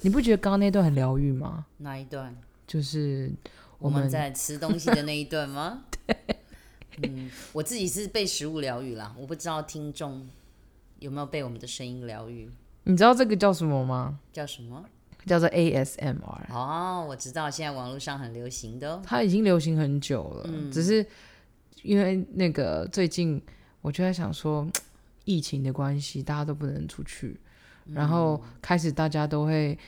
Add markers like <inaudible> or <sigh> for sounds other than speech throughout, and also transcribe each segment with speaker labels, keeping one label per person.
Speaker 1: 你不觉得刚刚那段很疗愈吗？
Speaker 2: 哪一段？
Speaker 1: 就是
Speaker 2: 我
Speaker 1: 我
Speaker 2: 们
Speaker 1: 们
Speaker 2: 在吃东西的那一
Speaker 1: <laughs>
Speaker 2: 段吗？嗯，我自己是被食物疗愈啦，我不知道听众有没有被我们的声音疗愈，
Speaker 1: 你知道这个叫什么吗？
Speaker 2: 叫什么？
Speaker 1: 叫做 ASMR。
Speaker 2: 哦，我知道，现在网络上很流行的哦。
Speaker 1: 它已经流行很久了，只是因为那个最近我就在想说，疫情的关系，大家都不能出去，然后开始大家都会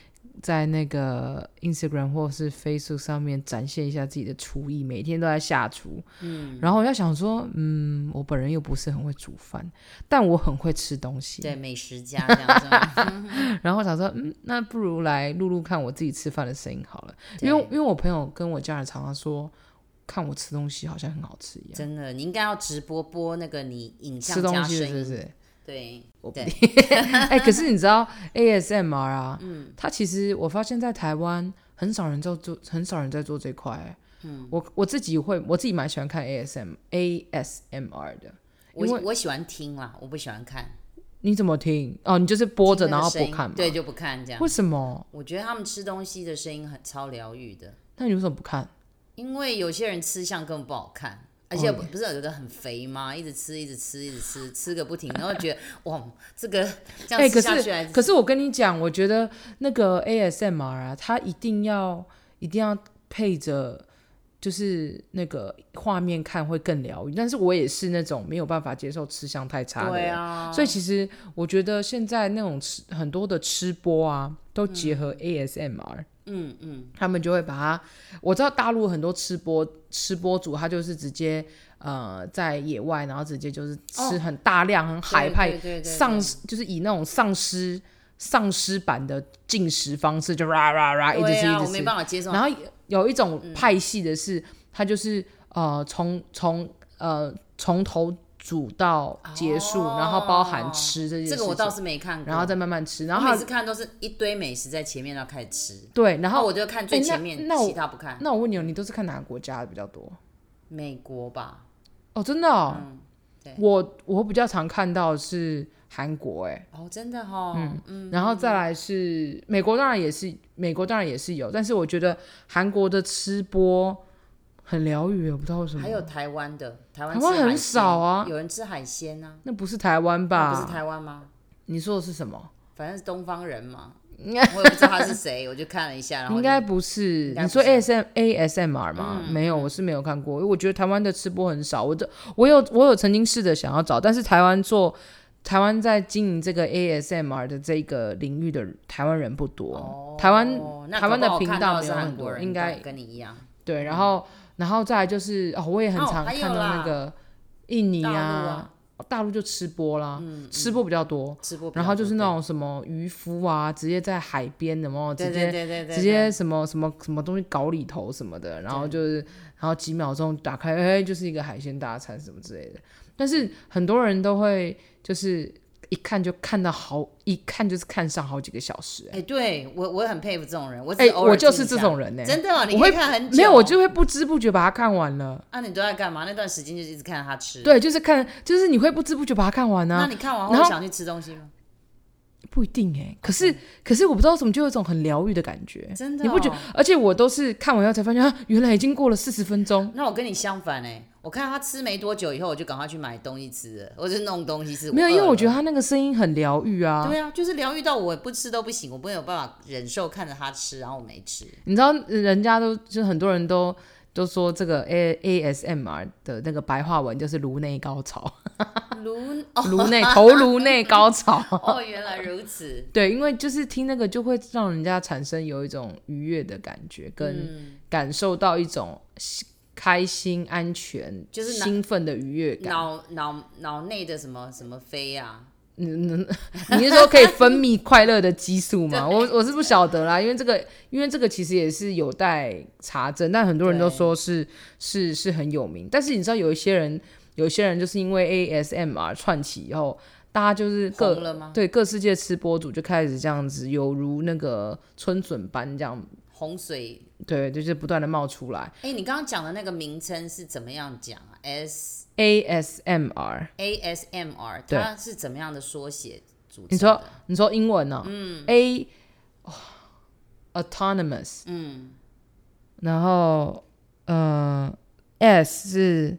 Speaker 1: 在那个 Instagram 或是 Facebook 上面展现一下自己的厨艺，每天都在下厨。嗯，然后我在想说，嗯，我本人又不是很会煮饭，但我很会吃东西。
Speaker 2: 对，美食家这样
Speaker 1: <laughs>
Speaker 2: 子， <laughs>
Speaker 1: 然后想说，嗯，那不如来录录看我自己吃饭的声音好了，
Speaker 2: 对
Speaker 1: 因为因为我朋友跟我家人常常说，看我吃东西好像很好吃一样，
Speaker 2: 真的，你应该要直播播那个你影
Speaker 1: 吃
Speaker 2: 像
Speaker 1: 东
Speaker 2: 加
Speaker 1: 西
Speaker 2: 声
Speaker 1: 的是不
Speaker 2: 音，
Speaker 1: 是？ <laughs>
Speaker 2: 对
Speaker 1: 我
Speaker 2: 对，
Speaker 1: 哎、可是你知道 ASMR 啊，
Speaker 2: 嗯
Speaker 1: 它其实我发现在台湾很少人在做，很少人在做这块、嗯，我我自己会，我自己蛮喜欢看 ASM ASMR 的。
Speaker 2: 我
Speaker 1: 因为
Speaker 2: 我喜欢听啦，我不喜欢看，
Speaker 1: 你怎么听？哦，你就是播着
Speaker 2: 听那
Speaker 1: 然
Speaker 2: 个
Speaker 1: 后
Speaker 2: 声
Speaker 1: 不
Speaker 2: 音
Speaker 1: 看嘛？
Speaker 2: 对，，就不看这样
Speaker 1: 为。什么？
Speaker 2: 我觉得他们吃东西的声音很超疗愈的，
Speaker 1: 那你为什么不看？
Speaker 2: 因为有些人吃相根本不好看，而
Speaker 1: 哦
Speaker 2: 且不不是有的很肥吗？一直吃，一直吃，一直吃，吃个不停，然后觉得 <laughs> 哇，这个这
Speaker 1: 哎
Speaker 2: 样
Speaker 1: 可
Speaker 2: 吃下
Speaker 1: 是
Speaker 2: 去还是
Speaker 1: 可是我跟你讲，我觉得那个 ASMR 啊，它一定要一定要配着。就是那个画面看会更疗愈，但是我也是那种没有办法接受吃相太差的
Speaker 2: 对
Speaker 1: 人，
Speaker 2: 啊，
Speaker 1: 所以其实我觉得现在那种吃很多的吃播啊，都结合 ASMR，、
Speaker 2: 嗯嗯，
Speaker 1: 他们就会把它，我知道大陆很多吃播吃播主，他就是直接呃在野外，然后直接就是吃
Speaker 2: 哦
Speaker 1: 很大量、很海派
Speaker 2: 对对对对
Speaker 1: 丧就是以那种丧尸丧尸版的进食方式，就啦啦啦一直
Speaker 2: 对
Speaker 1: 吃
Speaker 2: 啊，
Speaker 1: 一
Speaker 2: 我
Speaker 1: 直
Speaker 2: 没
Speaker 1: 吃。
Speaker 2: 办法接受，
Speaker 1: 然后有一种派系的是，他就是呃从从呃从头煮到结束，
Speaker 2: 哦
Speaker 1: 然后包含吃这件事
Speaker 2: 这
Speaker 1: 情，
Speaker 2: 个我倒是没看过，
Speaker 1: 然后再慢慢吃，然后
Speaker 2: 我
Speaker 1: 还有
Speaker 2: 每次看都是一堆美食在前面，然后开始吃，
Speaker 1: 对，然
Speaker 2: 然后
Speaker 1: 后
Speaker 2: 我就看最
Speaker 1: 哎那
Speaker 2: 前面，
Speaker 1: 那我
Speaker 2: 其他不看。
Speaker 1: 那我问你哦，你都是看哪个国家的比较多？
Speaker 2: 美国吧，
Speaker 1: 哦，真的哦，
Speaker 2: 嗯对
Speaker 1: 我我比较常看到的是韩国哎、
Speaker 2: 哦，真的哈、哦，嗯嗯，
Speaker 1: 然后再来是美国，当然也是美国，当然也是有，但是我觉得韩国的吃播很疗愈，我不知道为什么
Speaker 2: 还。有台湾的，台湾
Speaker 1: 台湾
Speaker 2: 吃海
Speaker 1: 很少啊
Speaker 2: 鲜有人吃海鲜啊，
Speaker 1: 那不是台湾吧？
Speaker 2: 那不是台湾吗？
Speaker 1: 你说的是什么？
Speaker 2: 反正是东方人
Speaker 1: <laughs>
Speaker 2: 嘛，我也不知道他是谁，我就看了一下，然后
Speaker 1: 应该不是。
Speaker 2: 应该
Speaker 1: 你
Speaker 2: 不
Speaker 1: 说
Speaker 2: 是嗯
Speaker 1: ASM ASMR 吗？没有，我是没有看过，因为我觉得台湾的吃播很少。我这我有我有曾经试着想要找，但是台湾做台湾在经营这个 ASMR 的这个领域的台湾人不多。
Speaker 2: 哦
Speaker 1: 台湾
Speaker 2: 那
Speaker 1: 台湾的
Speaker 2: 搞不好
Speaker 1: 频
Speaker 2: 看
Speaker 1: 道
Speaker 2: 到
Speaker 1: 没
Speaker 2: 是
Speaker 1: 有很
Speaker 2: 韩国
Speaker 1: 多
Speaker 2: 人
Speaker 1: 应该
Speaker 2: 跟你一样，
Speaker 1: 对，然后然后再来就是哦，我也很
Speaker 2: 嗯哦
Speaker 1: 常
Speaker 2: 还有
Speaker 1: 看到那
Speaker 2: 啦
Speaker 1: 个印尼
Speaker 2: 大陆
Speaker 1: 啊
Speaker 2: 啊，
Speaker 1: 哦大陆就吃播啦，吃播比较多。
Speaker 2: 吃播比较多，
Speaker 1: 然后就是那
Speaker 2: 对
Speaker 1: 种什么渔夫啊，直接在海边的嘛，直
Speaker 2: 对
Speaker 1: 接
Speaker 2: 对对对对，
Speaker 1: 直接什么什么什么东西搞里头什么的，然后就是，然后几秒钟打开，哎、就是一个海鲜大餐什么之类的。但是很多人都会就是一看就看到好，一看就是看上好几个小时、欸
Speaker 2: 对。哎、对我我很佩服这种人，我只
Speaker 1: 哎、哎
Speaker 2: 偶尔
Speaker 1: 我就是
Speaker 2: 听一
Speaker 1: 这
Speaker 2: 下，
Speaker 1: 种人呢、
Speaker 2: 真的哦、你
Speaker 1: 我
Speaker 2: 可以
Speaker 1: 会
Speaker 2: 看很久，
Speaker 1: 没有，我就会不知不觉把它看完了。
Speaker 2: 啊，你都在干嘛？那段时间就一直看他吃，
Speaker 1: 对，就是看，就是你会不知不觉把它看完呢、
Speaker 2: 那你看完后
Speaker 1: 然
Speaker 2: 会
Speaker 1: 后
Speaker 2: 想去吃东西吗？
Speaker 1: 不一定哎、可是可是我不知道怎么就有一种很疗愈的感觉，
Speaker 2: 嗯真的、哦
Speaker 1: 你不觉？？而且我都是看完以后才发现，啊，原来已经过了四十分钟。
Speaker 2: 那我跟你相反哎、我看他吃没多久以后，我就赶快去买东西吃了，我就弄东西吃。
Speaker 1: 没有，因为我觉得
Speaker 2: 他、
Speaker 1: 他那个声音很疗愈啊。
Speaker 2: 对啊，就是疗愈到我不吃都不行，我没有办法忍受看着他吃，然后我没吃。
Speaker 1: 你知道，人家都就很多人都都说这个 A A S M R 的那个白话文就是颅内高潮， <laughs>
Speaker 2: 如哦
Speaker 1: 颅内头颅内高潮。
Speaker 2: <laughs> 哦，原来如此。
Speaker 1: 对，因为就是听那个就会让人家产生有一种愉悦的感觉，跟
Speaker 2: 嗯，
Speaker 1: 感受到一种喜开心、安全、
Speaker 2: 就是那
Speaker 1: 兴奋的愉悦感。
Speaker 2: 脑脑脑内的什么什么飞啊，
Speaker 1: <laughs> 你是说可以分泌快乐的激素吗？我我是不晓得啦，因为这个，因为这个其实也是有待查证，但很多人都
Speaker 2: 对
Speaker 1: 说是是是很有名。但是你知道，有一些人，有一些人就是因为 ASMR 串起以后，大家就是
Speaker 2: 红
Speaker 1: 各
Speaker 2: 了吗？
Speaker 1: 对各世界吃播主就开始这样子，有如那个春笋般这样，
Speaker 2: 洪水。
Speaker 1: 对，就是不断的冒出来
Speaker 2: 哎、你刚刚讲的那个名称是怎么样讲啊？S
Speaker 1: ASMR。
Speaker 2: A S M R，
Speaker 1: 对
Speaker 2: 它是怎么样的缩写组成的？
Speaker 1: 哦你说，你说英文呢、嗯，A，哇 autonomous，嗯，然后呃，S 是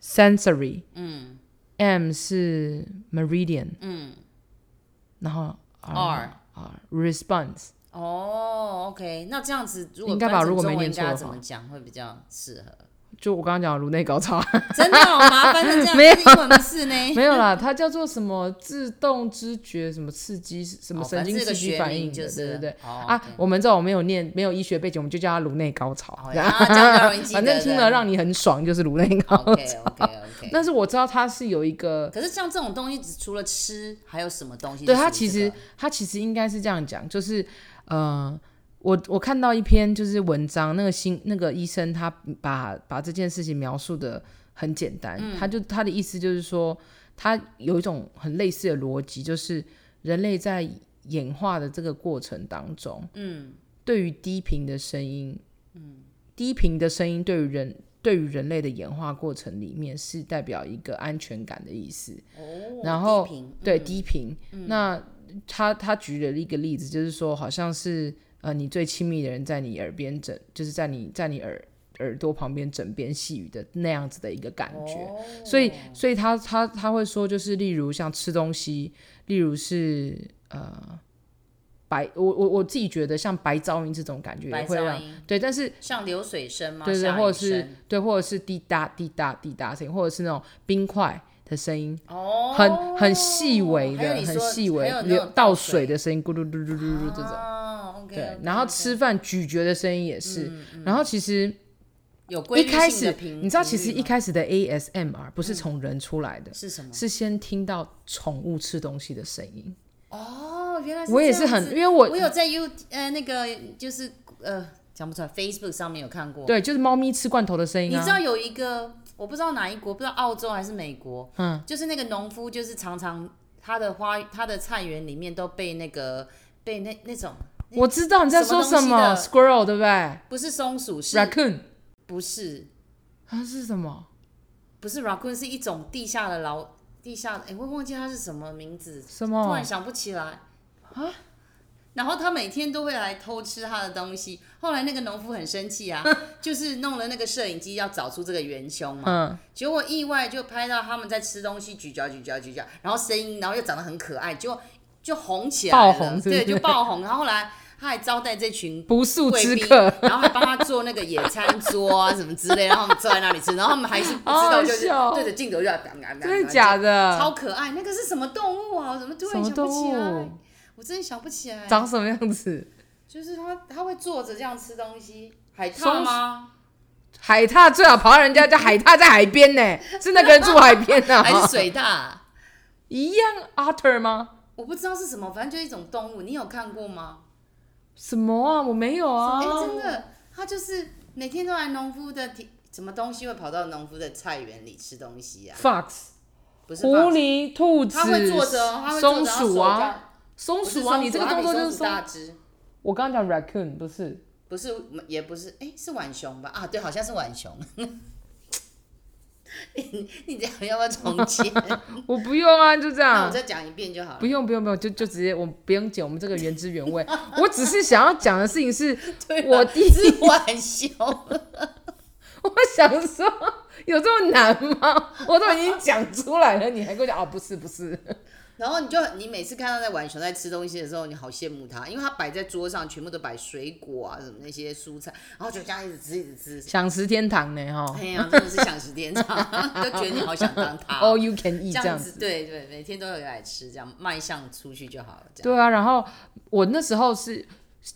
Speaker 1: sensory，嗯，M 是 meridian，嗯，然后
Speaker 2: R
Speaker 1: R response，
Speaker 2: 哦，OK，那这样子如果
Speaker 1: 应该吧
Speaker 2: 翻成
Speaker 1: 如果没
Speaker 2: 中文
Speaker 1: 念
Speaker 2: 应该
Speaker 1: 错的
Speaker 2: 要怎
Speaker 1: 话
Speaker 2: 么讲会比较适合？
Speaker 1: 就我刚刚讲的颅内高潮， <laughs>
Speaker 2: 真的好麻烦成这 <laughs> 样，
Speaker 1: 没有
Speaker 2: 但是英文不是 <laughs> 呢？
Speaker 1: 没有啦，它叫做什么自动知觉什么刺激什么
Speaker 2: 哦
Speaker 1: 神
Speaker 2: 反正
Speaker 1: 经
Speaker 2: 这
Speaker 1: 刺
Speaker 2: 个
Speaker 1: 激
Speaker 2: 学
Speaker 1: 反
Speaker 2: 名
Speaker 1: 应的，
Speaker 2: 就
Speaker 1: 对对
Speaker 2: 是
Speaker 1: 对。
Speaker 2: 啊
Speaker 1: 啊，我们这种没有念没有医学背景，我们就叫它颅内高潮
Speaker 2: 哦， <laughs> 啊
Speaker 1: <laughs>
Speaker 2: 这样比较容易记得
Speaker 1: 反正听了
Speaker 2: <laughs>
Speaker 1: 让你很爽，就是颅内高潮。
Speaker 2: OK OK OK。
Speaker 1: 但是我知道它是有一个，
Speaker 2: 可是像这种东西，只除了吃，还有什么东西是属于这
Speaker 1: 对
Speaker 2: 个？
Speaker 1: 它其实它其实应该是这样讲，就是呃，我我看到一篇就是文章，那个新那个医生他把把这件事情描述的很简单，
Speaker 2: 嗯
Speaker 1: 他就他的意思就是说，他有一种很类似的逻辑，就是人类在演化的这个过程当中，嗯，对于低频的声音，嗯，低频的声音对于人。对于人类的演化过程里面，是代表一个安全感的意思。
Speaker 2: 哦，
Speaker 1: 然后
Speaker 2: 低频
Speaker 1: 对低频。
Speaker 2: 嗯
Speaker 1: 那他他举了一个例子，就是说好像是呃你最亲密的人在你耳边枕，就是在你在你耳耳朵旁边枕边细语的那样子的一个感觉。
Speaker 2: 哦嗯
Speaker 1: 所以所以他他他会说，就是例如像吃东西，例如是呃。白，我我我自己觉得像白噪音这种感觉也
Speaker 2: 白
Speaker 1: 会
Speaker 2: 噪
Speaker 1: 让
Speaker 2: 音，
Speaker 1: 对，但是
Speaker 2: 像流水声吗？
Speaker 1: 对对，
Speaker 2: 下雨
Speaker 1: 或者是
Speaker 2: 声
Speaker 1: 对，或者是滴答滴答滴答声音，或者是那种冰块的声音，
Speaker 2: 哦，
Speaker 1: 很很细微
Speaker 2: 还
Speaker 1: 的、
Speaker 2: 有你
Speaker 1: 很
Speaker 2: 说
Speaker 1: 细微
Speaker 2: 还有那
Speaker 1: 流
Speaker 2: 种
Speaker 1: 倒
Speaker 2: 水
Speaker 1: 水的声音，咕噜噜噜噜噜这种。
Speaker 2: 哦，OK，
Speaker 1: 对，然后吃饭咀嚼的声音也是。
Speaker 2: 嗯
Speaker 1: 然后其实
Speaker 2: 有规
Speaker 1: 一
Speaker 2: 律
Speaker 1: 开
Speaker 2: 性的
Speaker 1: 始，
Speaker 2: 频
Speaker 1: 你知道，
Speaker 2: 频
Speaker 1: 其实一
Speaker 2: 率吗
Speaker 1: 开始的 ASMR 不
Speaker 2: 嗯
Speaker 1: 是从人出来的，
Speaker 2: 是什么？
Speaker 1: 是先听到宠物吃东西的声音。
Speaker 2: 哦，原来
Speaker 1: 我也
Speaker 2: 这
Speaker 1: 是
Speaker 2: 样
Speaker 1: 很，
Speaker 2: 子
Speaker 1: 因为我
Speaker 2: 我有在 U 呃那个就是呃讲不出来，Facebook 上面有看过。
Speaker 1: 对，就是猫咪吃罐头的声音
Speaker 2: 你知
Speaker 1: 啊。
Speaker 2: 道有一个我不知道哪一国，不知道澳洲还是美国，嗯，就是那个农夫就是常常他的花他的菜园里面都被那个被那那种
Speaker 1: 我知道你在
Speaker 2: 什么
Speaker 1: 说
Speaker 2: 东
Speaker 1: 什
Speaker 2: 西
Speaker 1: 么
Speaker 2: 的
Speaker 1: ，squirrel 对不对
Speaker 2: 不是松鼠是
Speaker 1: ？raccoon
Speaker 2: 不是
Speaker 1: 它是什么？
Speaker 2: 不是 raccoon 是一种地下的老地下的，哎、我忘记它是什么名字，
Speaker 1: 什
Speaker 2: 突
Speaker 1: 么
Speaker 2: 然？想不起来哦啊。然后他每天都会来偷吃他的东西。后来那个农夫很生气 <laughs> 啊，就是弄了那个摄影机要找出这个元凶嘛。
Speaker 1: 嗯，
Speaker 2: 结果意外就拍到他们在吃东西，咀嚼咀嚼咀嚼，然后声音，然后又长得很可爱，就就红起来了，
Speaker 1: 爆红是不是
Speaker 2: 对，就爆红。然后后来他还招待这群
Speaker 1: 不速
Speaker 2: 贵
Speaker 1: 之
Speaker 2: 宾
Speaker 1: 客。，
Speaker 2: 然后还帮他做那个野餐桌啊什么之类，然后他们坐在那里吃，然后他们还是不知
Speaker 1: 好好
Speaker 2: 道，就是
Speaker 1: 笑哦
Speaker 2: 对着镜头就要嘎嘎嘎，
Speaker 1: 真的假的？
Speaker 2: 超可爱，那个是什么动物啊？我怎么突
Speaker 1: 什
Speaker 2: 然
Speaker 1: 么
Speaker 2: 想不起
Speaker 1: 动
Speaker 2: 来
Speaker 1: 物？
Speaker 2: 我真的想不起来。
Speaker 1: 长什么样子？
Speaker 2: 就是它，它会坐着这样吃东西，海獭吗？
Speaker 1: 海獭最好跑到人家家，海獭在海边
Speaker 2: <laughs>
Speaker 1: 呢，是那个人住海边的、
Speaker 2: 还是
Speaker 1: <laughs>
Speaker 2: 水獭？
Speaker 1: 一样 otter 吗？
Speaker 2: 我不知道是什么，反正就是一种动物。你有看过吗？
Speaker 1: 什么啊？我没有啊
Speaker 2: 哎、，真的，它就是每天都来农夫的田，什么东西会跑到农夫的菜园里吃东西啊？
Speaker 1: fox、
Speaker 2: 不是
Speaker 1: 狐
Speaker 2: 放，
Speaker 1: 狸、兔子、
Speaker 2: 它会坐着哦，它会坐
Speaker 1: 松
Speaker 2: 着然后手
Speaker 1: 鼠
Speaker 2: 这
Speaker 1: 啊，
Speaker 2: 样，
Speaker 1: 松
Speaker 2: 不是
Speaker 1: 鼠啊，你这个
Speaker 2: 它
Speaker 1: 动
Speaker 2: 比
Speaker 1: 作就是
Speaker 2: 松鼠
Speaker 1: 松。
Speaker 2: 大只。
Speaker 1: 我刚刚讲 raccoon 不是，
Speaker 2: 不是，也不是，哎、是浣熊吧？啊，对，好像是浣熊。 <laughs> 你你这样要不要重
Speaker 1: <laughs>
Speaker 2: 剪？
Speaker 1: 我不用啊，就这
Speaker 2: 那我
Speaker 1: 样。
Speaker 2: 再讲一遍就好
Speaker 1: 不
Speaker 2: 了。
Speaker 1: 用不用不用，就就直接我们不用剪，我们这个原汁原味。 <laughs> 我只是想要讲的事情是，
Speaker 2: 对啊，
Speaker 1: 我第
Speaker 2: <laughs> 是浣熊，
Speaker 1: <laughs> 我想说有这么难吗？我都已经讲出来了，你还跟我讲哦，不是不是。
Speaker 2: 然后你就你每次看到在浣熊在吃东西的时候，你好羡慕它，因为它摆在桌上，全部都摆水果啊什么那些蔬菜，然后就这样一直吃一直吃。
Speaker 1: 想吃天堂呢哈
Speaker 2: 哎呀，真的是想食天堂， <laughs> 就觉得你好想当它。
Speaker 1: ，All you can eat
Speaker 2: 这
Speaker 1: 这样
Speaker 2: 样
Speaker 1: 子。
Speaker 2: 子，对对，每天都有来吃，这样迈向出去就好了。这样
Speaker 1: 对啊，然后我那时候是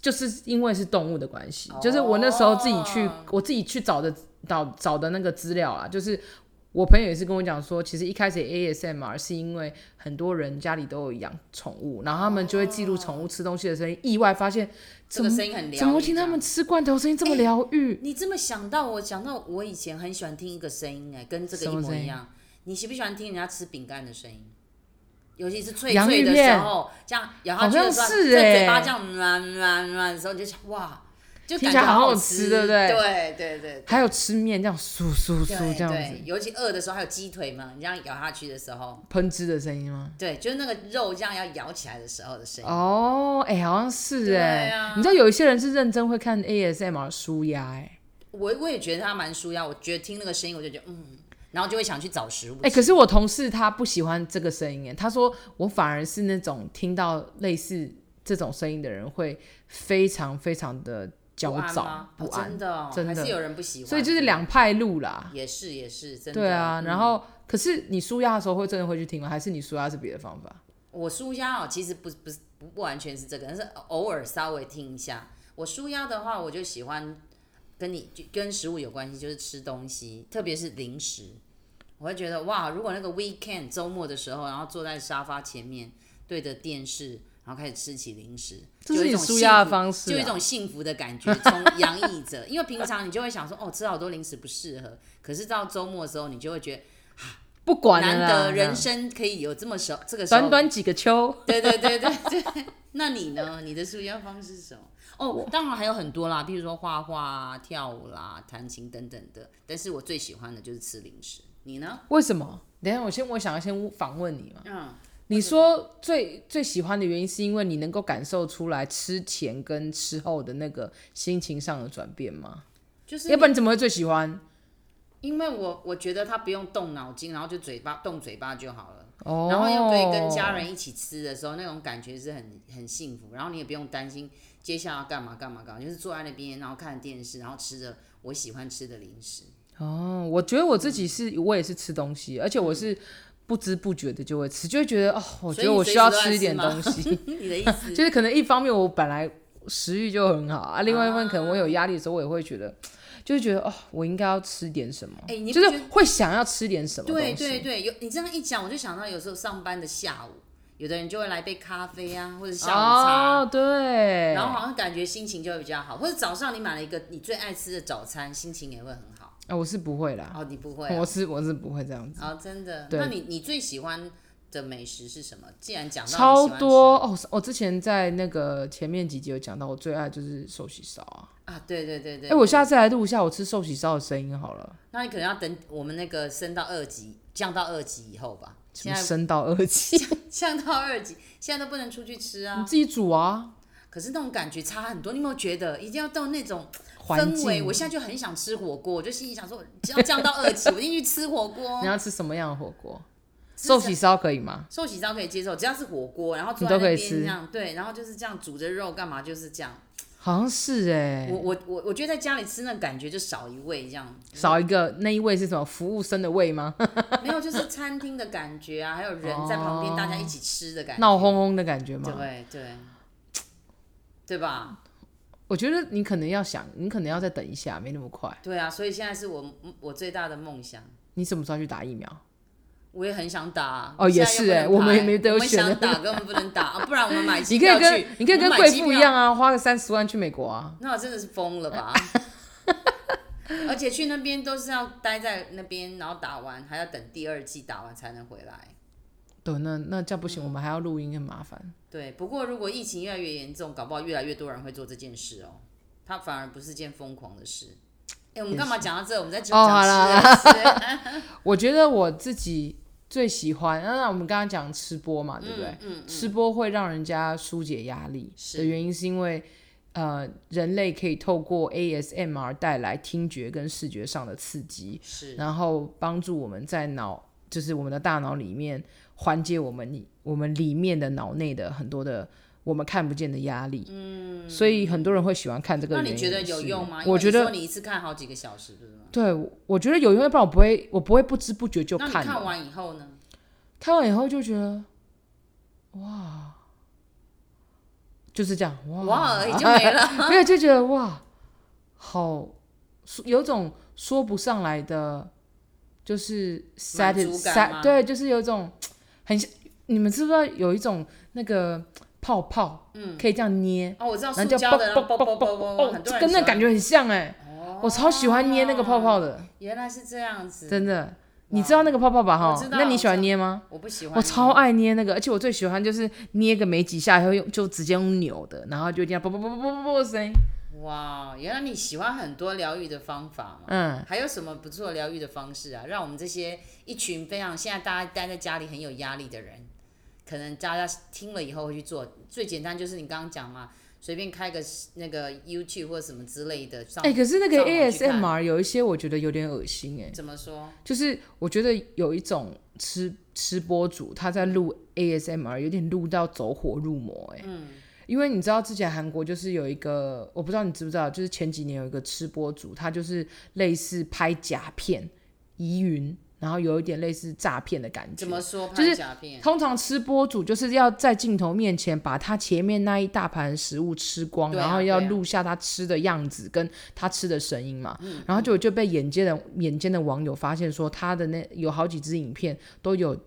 Speaker 1: 就是因为是动物的关系，就是我那时候自己去
Speaker 2: 哦
Speaker 1: 我自己去找的找找的那个资料啊，就是。我朋友也是跟我讲说，其实一开始 ASMR 是因为很多人家里都有养宠物，然后他们就会记录宠物吃东西的声音，意外发现怎
Speaker 2: 这个
Speaker 1: 么
Speaker 2: 声音很疗愈。
Speaker 1: 怎么会听他们吃罐头声音这么疗愈？
Speaker 2: 你这么想到我，想到我以前很喜欢听一个声音、哎，跟这个
Speaker 1: 什
Speaker 2: 一
Speaker 1: 么
Speaker 2: 模
Speaker 1: 声音
Speaker 2: 一样。你喜不喜欢听人家吃饼干的声音？尤其是脆
Speaker 1: 洋
Speaker 2: 脆
Speaker 1: 芋
Speaker 2: 的时
Speaker 1: 片
Speaker 2: 候，这样咬下去的时候，
Speaker 1: 好像是
Speaker 2: 这
Speaker 1: 哎
Speaker 2: 嘴巴这样软软软的时候，你就想哇，就
Speaker 1: 听
Speaker 2: 感
Speaker 1: 起
Speaker 2: 觉
Speaker 1: 来好
Speaker 2: 好
Speaker 1: 好吃对不对
Speaker 2: 对对对
Speaker 1: 还有吃面这样酥酥
Speaker 2: 对
Speaker 1: 酥这样
Speaker 2: 对
Speaker 1: 子，
Speaker 2: 尤其饿的时候还有鸡腿嘛，你这样咬下去的时候，
Speaker 1: 喷汁的声音吗？
Speaker 2: 对，就是那个肉这样要咬起来的时候的声音。
Speaker 1: 哦，哎、好像是哎、
Speaker 2: 对啊
Speaker 1: 你知道有一些人是认真会看 ASMR 舒压哎
Speaker 2: 我我也觉得它蛮舒压，我觉得听那个声音我就觉得嗯，然后就会想去找食物吃。
Speaker 1: 哎，可是我同事他不喜欢这个声音哎，他说我反而是那种听到类似这种声音的人会非常非常的焦
Speaker 2: 不安
Speaker 1: 躁
Speaker 2: 吗
Speaker 1: 不
Speaker 2: 哦
Speaker 1: 安，
Speaker 2: 真的哦
Speaker 1: 真的
Speaker 2: 还是有人不喜欢，
Speaker 1: 所以就是两派路啦。
Speaker 2: 也是也是真的。
Speaker 1: 对啊，
Speaker 2: 嗯
Speaker 1: 然后、可是你舒压的时候会真的会去听吗？还是你舒压是别的方法？
Speaker 2: 我舒压哦，其实不不是不不完全是这个，但是偶尔稍微听一下。我舒压的话，我就喜欢跟你就跟食物有关系，就是吃东西，特别是零食。我会觉得哇，如果那个 weekend 周末的时候，然后坐在沙发前面对着电视，然后开始吃起零食，
Speaker 1: 这
Speaker 2: 就是有一
Speaker 1: 你
Speaker 2: 种
Speaker 1: 舒压
Speaker 2: 幸
Speaker 1: 的
Speaker 2: 福
Speaker 1: 方式、
Speaker 2: 就有一
Speaker 1: 啊。
Speaker 2: 种幸福的感觉从洋溢着。因为平常你就会想说，哦，吃好多零食不适合，可是到周末的时候，你就会觉得
Speaker 1: 不管了
Speaker 2: 难
Speaker 1: 啦
Speaker 2: 得人生可以有这么时候这个时候
Speaker 1: 短短几个秋，
Speaker 2: 对对对对对。 <laughs> 那你呢？你的舒压方式是什么？哦，当然还有很多啦，譬如说画画啊、跳舞啦、弹琴等等的。但是我最喜欢的就是吃零食。你呢？
Speaker 1: 为什么？等一下，我先我想要先访问你嘛。
Speaker 2: 嗯，
Speaker 1: 你说最最喜欢的原因是因为你能够感受出来吃前跟吃后的那个心情上的转变吗？
Speaker 2: 就是
Speaker 1: 要不然你怎么会最喜欢？
Speaker 2: 因为我我觉得他不用动脑筋，然后就嘴巴动嘴巴就好了。
Speaker 1: 哦，
Speaker 2: 然后又可以跟家人一起吃的时候，那种感觉是很很幸福。然后你也不用担心接下来要干嘛干嘛干嘛，就是坐在那边，然后看电视，然后吃着我喜欢吃的零食。 <laughs>
Speaker 1: 哦，我觉得我自己是，我也是吃东西，而且我是不知不觉的就会吃，就会觉得哦，我觉
Speaker 2: 所以
Speaker 1: 得
Speaker 2: 你
Speaker 1: 我需
Speaker 2: 随时
Speaker 1: 要
Speaker 2: 都在
Speaker 1: 吃一
Speaker 2: 吃
Speaker 1: 点
Speaker 2: 吗
Speaker 1: 东西，
Speaker 2: 你的意思？
Speaker 1: 就是可能一方面我本来食欲就很好啊，另外一方面可能我有压力的时候，我也会觉得，就是觉得哦，我应该要吃点什么，
Speaker 2: 哎你
Speaker 1: 就
Speaker 2: 不
Speaker 1: 是
Speaker 2: 觉得
Speaker 1: 会想要吃点什么东
Speaker 2: 对
Speaker 1: 西，
Speaker 2: 对对，有你这样一讲，我就想到有时候上班的下午，有的人就会来杯咖啡啊，或者下午茶，
Speaker 1: 哦，对，
Speaker 2: 然后好像感觉心情就会比较好。或者早上你买了一个你最爱吃的早餐，心情也会很好。
Speaker 1: 啊，我是不会啦，
Speaker 2: 哦，你不会啊、
Speaker 1: 我是我是不会这样子，
Speaker 2: 哦，真的？
Speaker 1: 嗯对
Speaker 2: 那你你最喜欢的美食是什么？既然讲到你
Speaker 1: 超
Speaker 2: 喜欢吃
Speaker 1: 多哦，我之前在那个前面几集有讲到，我最爱就是寿喜烧啊，
Speaker 2: 啊，对对对对，
Speaker 1: 哎、我下次来录一下我吃寿喜烧的声音好了。
Speaker 2: 那你可能要等我们那个升到二级，降到二级以后吧。
Speaker 1: 什
Speaker 2: 现
Speaker 1: 么
Speaker 2: 在
Speaker 1: 升到二级，
Speaker 2: 降到二级，现在都不能出去吃
Speaker 1: 你
Speaker 2: 啊。
Speaker 1: 自己煮啊，
Speaker 2: 可是那种感觉差很多，你有没有觉得一定要到那种？
Speaker 1: 环
Speaker 2: 氛围，
Speaker 1: 境。
Speaker 2: 我现在就很想吃火锅，我就心里想说，只要降到二级，我一定去吃火锅 <laughs>
Speaker 1: 你。要吃什么样的火锅？
Speaker 2: 吃
Speaker 1: 寿喜烧可以吗？
Speaker 2: 寿喜烧可以接受，只要是火锅，然后坐
Speaker 1: 你都
Speaker 2: 在那
Speaker 1: 可以
Speaker 2: 边
Speaker 1: 吃
Speaker 2: 这样，对，然后就是这样煮着肉干嘛，就是这样。
Speaker 1: 好像是哎、
Speaker 2: 我我我我觉得在家里吃那感觉就少一味这样，
Speaker 1: 少一个那一位是什么服务生的味吗？
Speaker 2: 没有就是餐厅的感觉啊，还有人在旁边
Speaker 1: 哦
Speaker 2: 大家一起吃的感觉，
Speaker 1: 闹哄哄的感觉吗？
Speaker 2: 对对对吧？
Speaker 1: 我觉得你可能要想，你可能要再等一下，没那么快。
Speaker 2: 对啊，所以现在是我我最大的梦想。
Speaker 1: 你什么时候要去打疫苗？
Speaker 2: 我也很想打啊
Speaker 1: 哦也
Speaker 2: 现
Speaker 1: 是
Speaker 2: 在又
Speaker 1: 欸
Speaker 2: 不能
Speaker 1: 我们也
Speaker 2: 排
Speaker 1: 没得
Speaker 2: 我们
Speaker 1: 选
Speaker 2: 想打根本不能打，啊不然我们买机
Speaker 1: <laughs> 你可以
Speaker 2: 票
Speaker 1: 跟
Speaker 2: 去，
Speaker 1: 你可以
Speaker 2: 我
Speaker 1: 跟
Speaker 2: 们买
Speaker 1: 贵
Speaker 2: 机
Speaker 1: 妇
Speaker 2: 票
Speaker 1: 一样啊，花个三十万去美国啊。
Speaker 2: 那我真的是疯
Speaker 1: <laughs>
Speaker 2: 了吧！而且去那边都是要待在那边，然后打完还要等第二季打完才能回来。
Speaker 1: 对，那那这样不行，我们还要录音，很麻烦。
Speaker 2: 对，不过如果疫情越来越严重，搞不好越来越多人会做这件事哦。它反而不是件疯狂的事。哎，我们干嘛讲到这？我们在讲
Speaker 1: 哦好啦
Speaker 2: 讲
Speaker 1: <laughs>
Speaker 2: 吃的吃
Speaker 1: 我觉得我自己最喜欢，那我们刚刚讲吃播嘛，对不对？嗯吃播会让人家疏解压力
Speaker 2: 是
Speaker 1: 的原因，是因为呃，人类可以透过 ASMR 带来听觉跟视觉上的刺激，
Speaker 2: 是
Speaker 1: 然后帮助我们在脑，就是我们的大脑里面缓解我们我们里面的脑内的很多的。我们看不见的压力，嗯，所以很多人会喜欢看这个
Speaker 2: 那
Speaker 1: 原因
Speaker 2: 你
Speaker 1: 也是。
Speaker 2: 觉得有用吗？因为
Speaker 1: 我觉
Speaker 2: 你
Speaker 1: 得
Speaker 2: 说你一次看好几个小时，对吗？
Speaker 1: 对，我我觉得有用，要不然我不会，我不会不知不觉就
Speaker 2: 那你
Speaker 1: 看了。
Speaker 2: 看完以后呢？
Speaker 1: 看完以后就觉得，哇，就是这样，哇，
Speaker 2: 哇，而已就
Speaker 1: <laughs>
Speaker 2: 没了。
Speaker 1: 没有就觉得哇，好，说有种说不上来的，就是
Speaker 2: 满足
Speaker 1: satis
Speaker 2: 感
Speaker 1: sat，
Speaker 2: 吗
Speaker 1: 对，就是有一种很像，你们知不知道有一种那个泡泡，嗯，可以这样捏，
Speaker 2: 哦，我知道塑
Speaker 1: 然后就
Speaker 2: 胶
Speaker 1: 啵
Speaker 2: 的，然后
Speaker 1: 啵
Speaker 2: 啵
Speaker 1: 啵
Speaker 2: 啵啵啵啵，
Speaker 1: 啵
Speaker 2: 很，多
Speaker 1: 这
Speaker 2: 人
Speaker 1: 跟那
Speaker 2: 喜欢
Speaker 1: 感觉很像哎，我超喜欢捏那个泡泡的，
Speaker 2: 原来是这样子，
Speaker 1: 真的。你知道那个泡泡吧？
Speaker 2: 我
Speaker 1: 哈
Speaker 2: 知，道
Speaker 1: 那你
Speaker 2: 我
Speaker 1: 喜
Speaker 2: 知道
Speaker 1: 欢捏吗？
Speaker 2: 我不喜欢，
Speaker 1: 我超爱捏那个，而且我最喜欢就是捏个没几下，然后用就直接用扭的，然后就这样啵啵啵啵啵啵啵的声音，
Speaker 2: 哇，原来你喜欢很多疗愈的方法嘛？嗯，还有什么不错疗愈的方式啊？让我们这些一群非常现在大家待在家里很有压力的人，可能大家听了以后会去做。最简单就是你刚刚讲嘛，随便开个那个 YouTube 或什么之类的上。
Speaker 1: 哎、可是那个
Speaker 2: 上网去看
Speaker 1: ASMR 有一些我觉得有点恶心哎、
Speaker 2: 怎么说？
Speaker 1: 就是我觉得有一种吃吃播主他在录 ASMR，有点录到走火入魔哎、嗯，因为你知道之前韩国就是有一个，我不知道你知不知道，就是前几年有一个吃播主，他就是类似拍假片、疑云，然后有一点类似诈骗的感觉。
Speaker 2: 怎么说？
Speaker 1: 就是
Speaker 2: 拍假片？
Speaker 1: 通常吃播主就是要在镜头面前把他前面那一大盘食物吃光，
Speaker 2: 对啊
Speaker 1: 然后要
Speaker 2: 对啊
Speaker 1: 录下他吃的样子跟他吃的声音嘛。
Speaker 2: 嗯
Speaker 1: 然后就就被眼尖的眼尖的网友发现说，他的那有好几支影片都有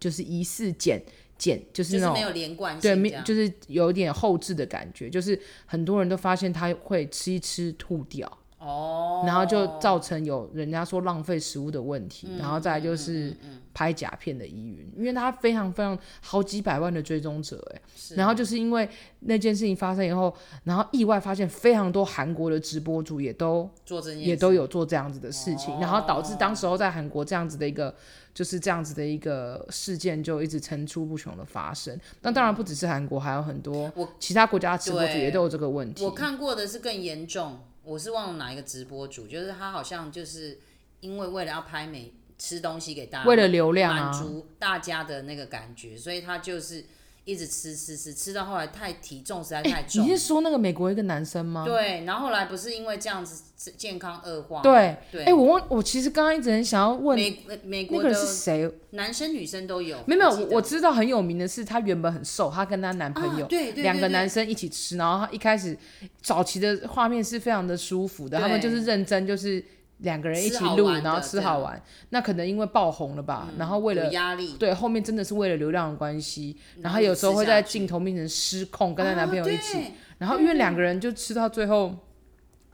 Speaker 1: 就是疑似剪剪，就是
Speaker 2: 就
Speaker 1: 那
Speaker 2: 是
Speaker 1: 种
Speaker 2: 没有连贯
Speaker 1: 对，
Speaker 2: 性，
Speaker 1: 没
Speaker 2: 这样
Speaker 1: 就是有点后置的感觉，就是很多人都发现他会吃一吃吐掉。
Speaker 2: 哦，
Speaker 1: 然后就造成有人家说浪费食物的问题，然后再来
Speaker 2: 嗯
Speaker 1: 就是拍假片的疑云，因为他非常非常好几百万的追踪者哎，
Speaker 2: 是
Speaker 1: 然后就是因为那件事情发生以后，然后意外发现非常多韩国的直播主也都
Speaker 2: 做这件
Speaker 1: 也
Speaker 2: 事哦
Speaker 1: 都有做这样子的事情，然后导致当时候在韩国这样子的一个就是这样子的一个事件就一直层出不穷的发生。那当然不只是韩国，还有很多
Speaker 2: 我
Speaker 1: 其他国家的直播主
Speaker 2: 对
Speaker 1: 也都有这个问题。
Speaker 2: 我看过的是更严重，我是忘了哪一个直播主，就是他好像就是因为为了要拍美吃东西给大家，
Speaker 1: 为了流量啊
Speaker 2: 满足大家的那个感觉，所以他就是一直吃吃吃，吃到后来太体重实在太重
Speaker 1: 哎你，是说那个美国一个男生吗？
Speaker 2: 对，然后后来不是因为这样子健康恶化，
Speaker 1: 对，
Speaker 2: 对，
Speaker 1: 哎、我忘，我其实刚刚一直很想要问
Speaker 2: 美呃美
Speaker 1: 那
Speaker 2: 国
Speaker 1: 个
Speaker 2: 的
Speaker 1: 人是谁，
Speaker 2: 男生女生都有，
Speaker 1: 没有没有，
Speaker 2: 记
Speaker 1: 我
Speaker 2: 得
Speaker 1: 我知道很有名的是，她原本很瘦，她跟她男朋友
Speaker 2: 啊、对对对
Speaker 1: 两个
Speaker 2: 对
Speaker 1: 男生一起吃，然后她一开始早期的画面是非常的舒服的，
Speaker 2: 对
Speaker 1: 他们就是认真就是两个人一起
Speaker 2: 吃好
Speaker 1: 录，
Speaker 2: 玩的
Speaker 1: 然后吃
Speaker 2: 对嗯
Speaker 1: 好玩，那可能因为爆红了吧，然后为
Speaker 2: 有
Speaker 1: 了。
Speaker 2: 压力，
Speaker 1: 对，后面真的是为了流量的关系，然
Speaker 2: 然
Speaker 1: 后
Speaker 2: 后
Speaker 1: 有
Speaker 2: 就
Speaker 1: 时候
Speaker 2: 嗯吃
Speaker 1: 会
Speaker 2: 下
Speaker 1: 在
Speaker 2: 去
Speaker 1: 镜头面前失控，跟她男朋友一起，
Speaker 2: 啊
Speaker 1: 然后因为两个人就吃到最后，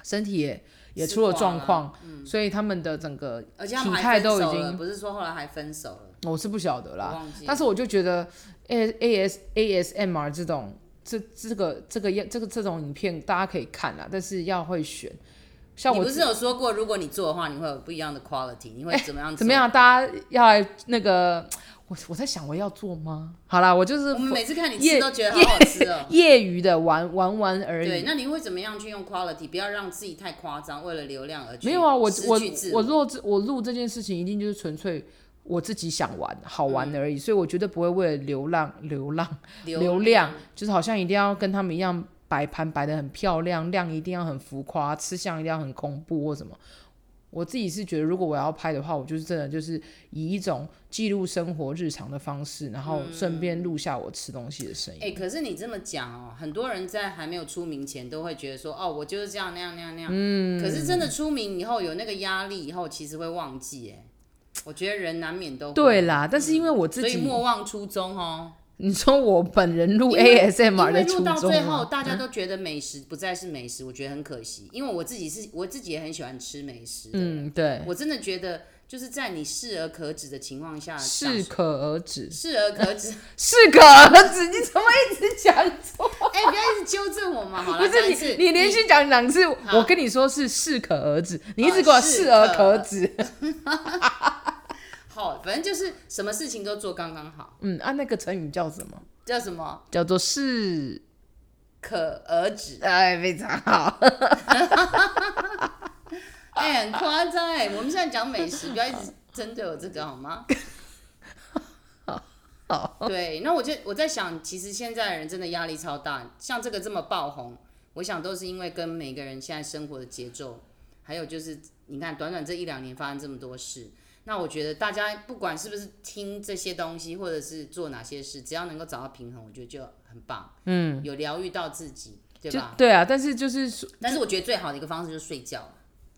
Speaker 1: 身体也也
Speaker 2: 吃
Speaker 1: 出了
Speaker 2: 垮
Speaker 1: 状
Speaker 2: 了嗯
Speaker 1: 况，所以他们的整个
Speaker 2: 对而且他们
Speaker 1: 体
Speaker 2: 还
Speaker 1: 态
Speaker 2: 分
Speaker 1: 都已
Speaker 2: 手
Speaker 1: 经
Speaker 2: 了，不是说后来还分手了，
Speaker 1: 我是不晓得
Speaker 2: 我
Speaker 1: 啦。
Speaker 2: 忘记了
Speaker 1: 但是我就觉得 A A S A S M R 这种这这个这个样这个这种影片大家可以看啦，但是要会选。像
Speaker 2: 你
Speaker 1: 我
Speaker 2: 不是有说过，如果你做的话，你会有不一样的 quality，你会怎么
Speaker 1: <laughs>
Speaker 2: 样、
Speaker 1: 怎么？样，大家要来那个，我我在想我要做吗？好啦，我就是
Speaker 2: 我们每次看你
Speaker 1: 业
Speaker 2: 吃都觉得好好吃哦、
Speaker 1: 业余的玩玩玩而
Speaker 2: 对，
Speaker 1: 已。
Speaker 2: 那你会怎么样去用 quality？不要让自己太夸张，为了流量而去
Speaker 1: 没有啊，我
Speaker 2: 失
Speaker 1: 我
Speaker 2: 去自
Speaker 1: 我
Speaker 2: 我
Speaker 1: 录这我录这件事情，一定就是纯粹我自己想玩好玩而已，
Speaker 2: 嗯
Speaker 1: 所以我绝对不会为了流浪流浪。流量，就是好像一定要跟他们一样摆盘摆的很漂亮，量一定要很浮夸，吃相一定要很恐怖或什么。我自己是觉得，如果我要拍的话，我就是真的就是以一种记录生活日常的方式，然
Speaker 2: 嗯
Speaker 1: 后顺便录下我吃东西的声音。
Speaker 2: 哎、可是你这么讲哦、很多人在还没有出名前都会觉得说，哦，我就是这样那样那样那样。嗯。可是真的出名以后，有那个压力以后，其实会忘记、哎，我觉得人难免都会
Speaker 1: 对，啦，但是因为我自
Speaker 2: 所以
Speaker 1: 己，
Speaker 2: 莫忘初衷哦、
Speaker 1: 你说我本人录
Speaker 2: 因为
Speaker 1: ASMR
Speaker 2: 因
Speaker 1: 的
Speaker 2: 为
Speaker 1: 初
Speaker 2: 录到
Speaker 1: 衷啊
Speaker 2: 最后，
Speaker 1: 吗？
Speaker 2: 大家都觉得美食不再是美食，我觉得很可惜。因为我自己是我自己也很喜欢吃美食的，
Speaker 1: 嗯，对，
Speaker 2: 我真的觉得就是在你适而可止的情况下，
Speaker 1: 适
Speaker 2: 享
Speaker 1: 可而止，
Speaker 2: 适而可
Speaker 1: <laughs>
Speaker 2: 哎止。
Speaker 1: 适可而止。你怎么一直讲错？
Speaker 2: 哎、不要一直纠正我嘛，好
Speaker 1: 不
Speaker 2: 了，
Speaker 1: 是
Speaker 2: 再一
Speaker 1: 你
Speaker 2: 次，，
Speaker 1: 你连续讲两次，
Speaker 2: 好
Speaker 1: 我跟你说是适可而止，你一
Speaker 2: 啊
Speaker 1: 直给我
Speaker 2: 适
Speaker 1: 适而
Speaker 2: 可
Speaker 1: 可止。
Speaker 2: 好，反正就是什么事情都做刚刚好，
Speaker 1: 嗯，啊，那个成语叫什么？
Speaker 2: 叫什么
Speaker 1: 叫做适，
Speaker 2: 可而止。
Speaker 1: 哎，非常好。
Speaker 2: <laughs> 哎、很夸张哎，我们现在讲美食，不要一直针对我这个好吗？
Speaker 1: <laughs> 好，
Speaker 2: 对，那我就我在想，其实现在的人真的压力超大，像这个这么爆红，我想都是因为跟每个人现在生活的节奏，还有就是你看短短这一两年发生这么多事，那我觉得大家不管是不是听这些东西，或者是做哪些事，只要能够找到平衡，我觉得就很棒，嗯，有疗愈到自己，对
Speaker 1: 就
Speaker 2: 吧？
Speaker 1: 对啊，但是就是说
Speaker 2: 但是我觉得最好的一个方式就是睡觉，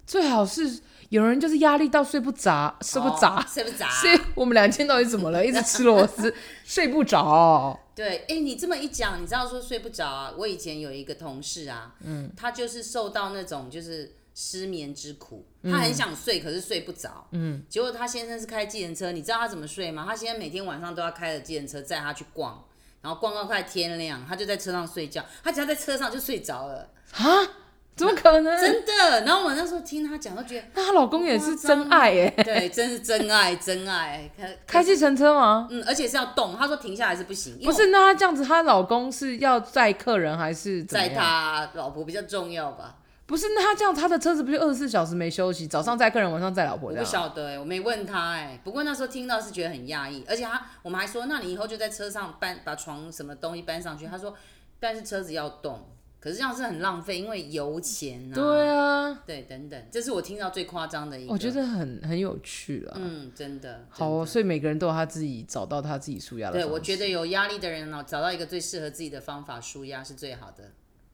Speaker 1: 最好是有人就是压力到睡不着， <laughs> 睡不着
Speaker 2: 哦，睡不着，
Speaker 1: 所以我们两天到底怎么了？一直吃螺
Speaker 2: <laughs>
Speaker 1: 丝，睡不着。
Speaker 2: 对，哎，你这么一讲，你知道说睡不着啊？我以前有一个同事啊，嗯，他就是受到那种就是失眠之苦，
Speaker 1: 嗯
Speaker 2: 他很想睡，可是睡不着，嗯，结果他先生是开计程车，你知道他怎么睡吗？他先生每天晚上都要开着计程车载他去逛，然后逛到快天亮，他就在车上睡觉，他只要在车上就睡着了。
Speaker 1: 啊，可能？
Speaker 2: 真的。然后我那时候听她讲，都觉得
Speaker 1: 那她老公也是真爱耶、
Speaker 2: 对，真是真爱，真爱。可
Speaker 1: 开计程车吗？
Speaker 2: 嗯，而且是要动。她说停下来是不行，因为
Speaker 1: 不
Speaker 2: 我
Speaker 1: 是，那她这样子，她老公是要载客人还是怎么
Speaker 2: 在
Speaker 1: 样？
Speaker 2: 她老婆比较重要吧。
Speaker 1: 不是，那她这样，她的车子不就二十四小时没休息？早上载客人，晚上载老婆
Speaker 2: 我
Speaker 1: 这
Speaker 2: 不
Speaker 1: 样？
Speaker 2: 晓得、欸，我没问她哎、不过那时候听到是觉得很压抑，而且她我们还说，那你以后就在车上搬把床什么东西搬上去。她说，但是车子要动，可是这样是很浪费，因为油钱啊，
Speaker 1: 对啊，
Speaker 2: 对等等，这是我听到最夸张的一个。
Speaker 1: 我觉得很很有趣了。
Speaker 2: 嗯，真的。
Speaker 1: 好
Speaker 2: 真
Speaker 1: 哦，
Speaker 2: 的
Speaker 1: 所以每个人都有他自己找到他自己舒压的方
Speaker 2: 对，
Speaker 1: 式。
Speaker 2: 我觉得有压力的人哦，找到一个最适合自己的方法舒压是最好的。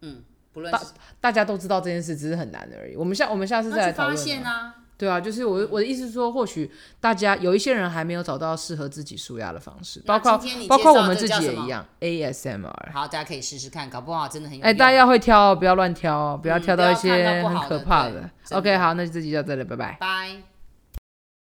Speaker 2: 嗯，不论是
Speaker 1: 大家都知道这件事，只是很难而已。我们下我们下次再
Speaker 2: 那
Speaker 1: 来
Speaker 2: 去
Speaker 1: 讨
Speaker 2: 发
Speaker 1: 论
Speaker 2: 现
Speaker 1: 啊。
Speaker 2: 啊，
Speaker 1: 对啊，就是我我的意思是说，或许大家有一些人还没有找到适合自己舒压的方式，
Speaker 2: 那
Speaker 1: 包括
Speaker 2: 今天你介绍
Speaker 1: 包括我们
Speaker 2: 这
Speaker 1: 自
Speaker 2: 叫
Speaker 1: 己
Speaker 2: 什
Speaker 1: 也
Speaker 2: 么
Speaker 1: 一样，ASMR。
Speaker 2: 好，大家可以试试看，搞不好真的很有
Speaker 1: 哎、
Speaker 2: 用
Speaker 1: 大家要会挑哦，不要乱挑哦，不要
Speaker 2: 嗯
Speaker 1: 挑
Speaker 2: 不
Speaker 1: 到
Speaker 2: 要
Speaker 1: 一
Speaker 2: 看到
Speaker 1: 些
Speaker 2: 不
Speaker 1: 很
Speaker 2: 好
Speaker 1: 可
Speaker 2: 的
Speaker 1: 怕
Speaker 2: 对
Speaker 1: 的。
Speaker 2: 真
Speaker 1: OK，
Speaker 2: 的
Speaker 1: 好，那就这集到这里，拜拜。
Speaker 2: 拜。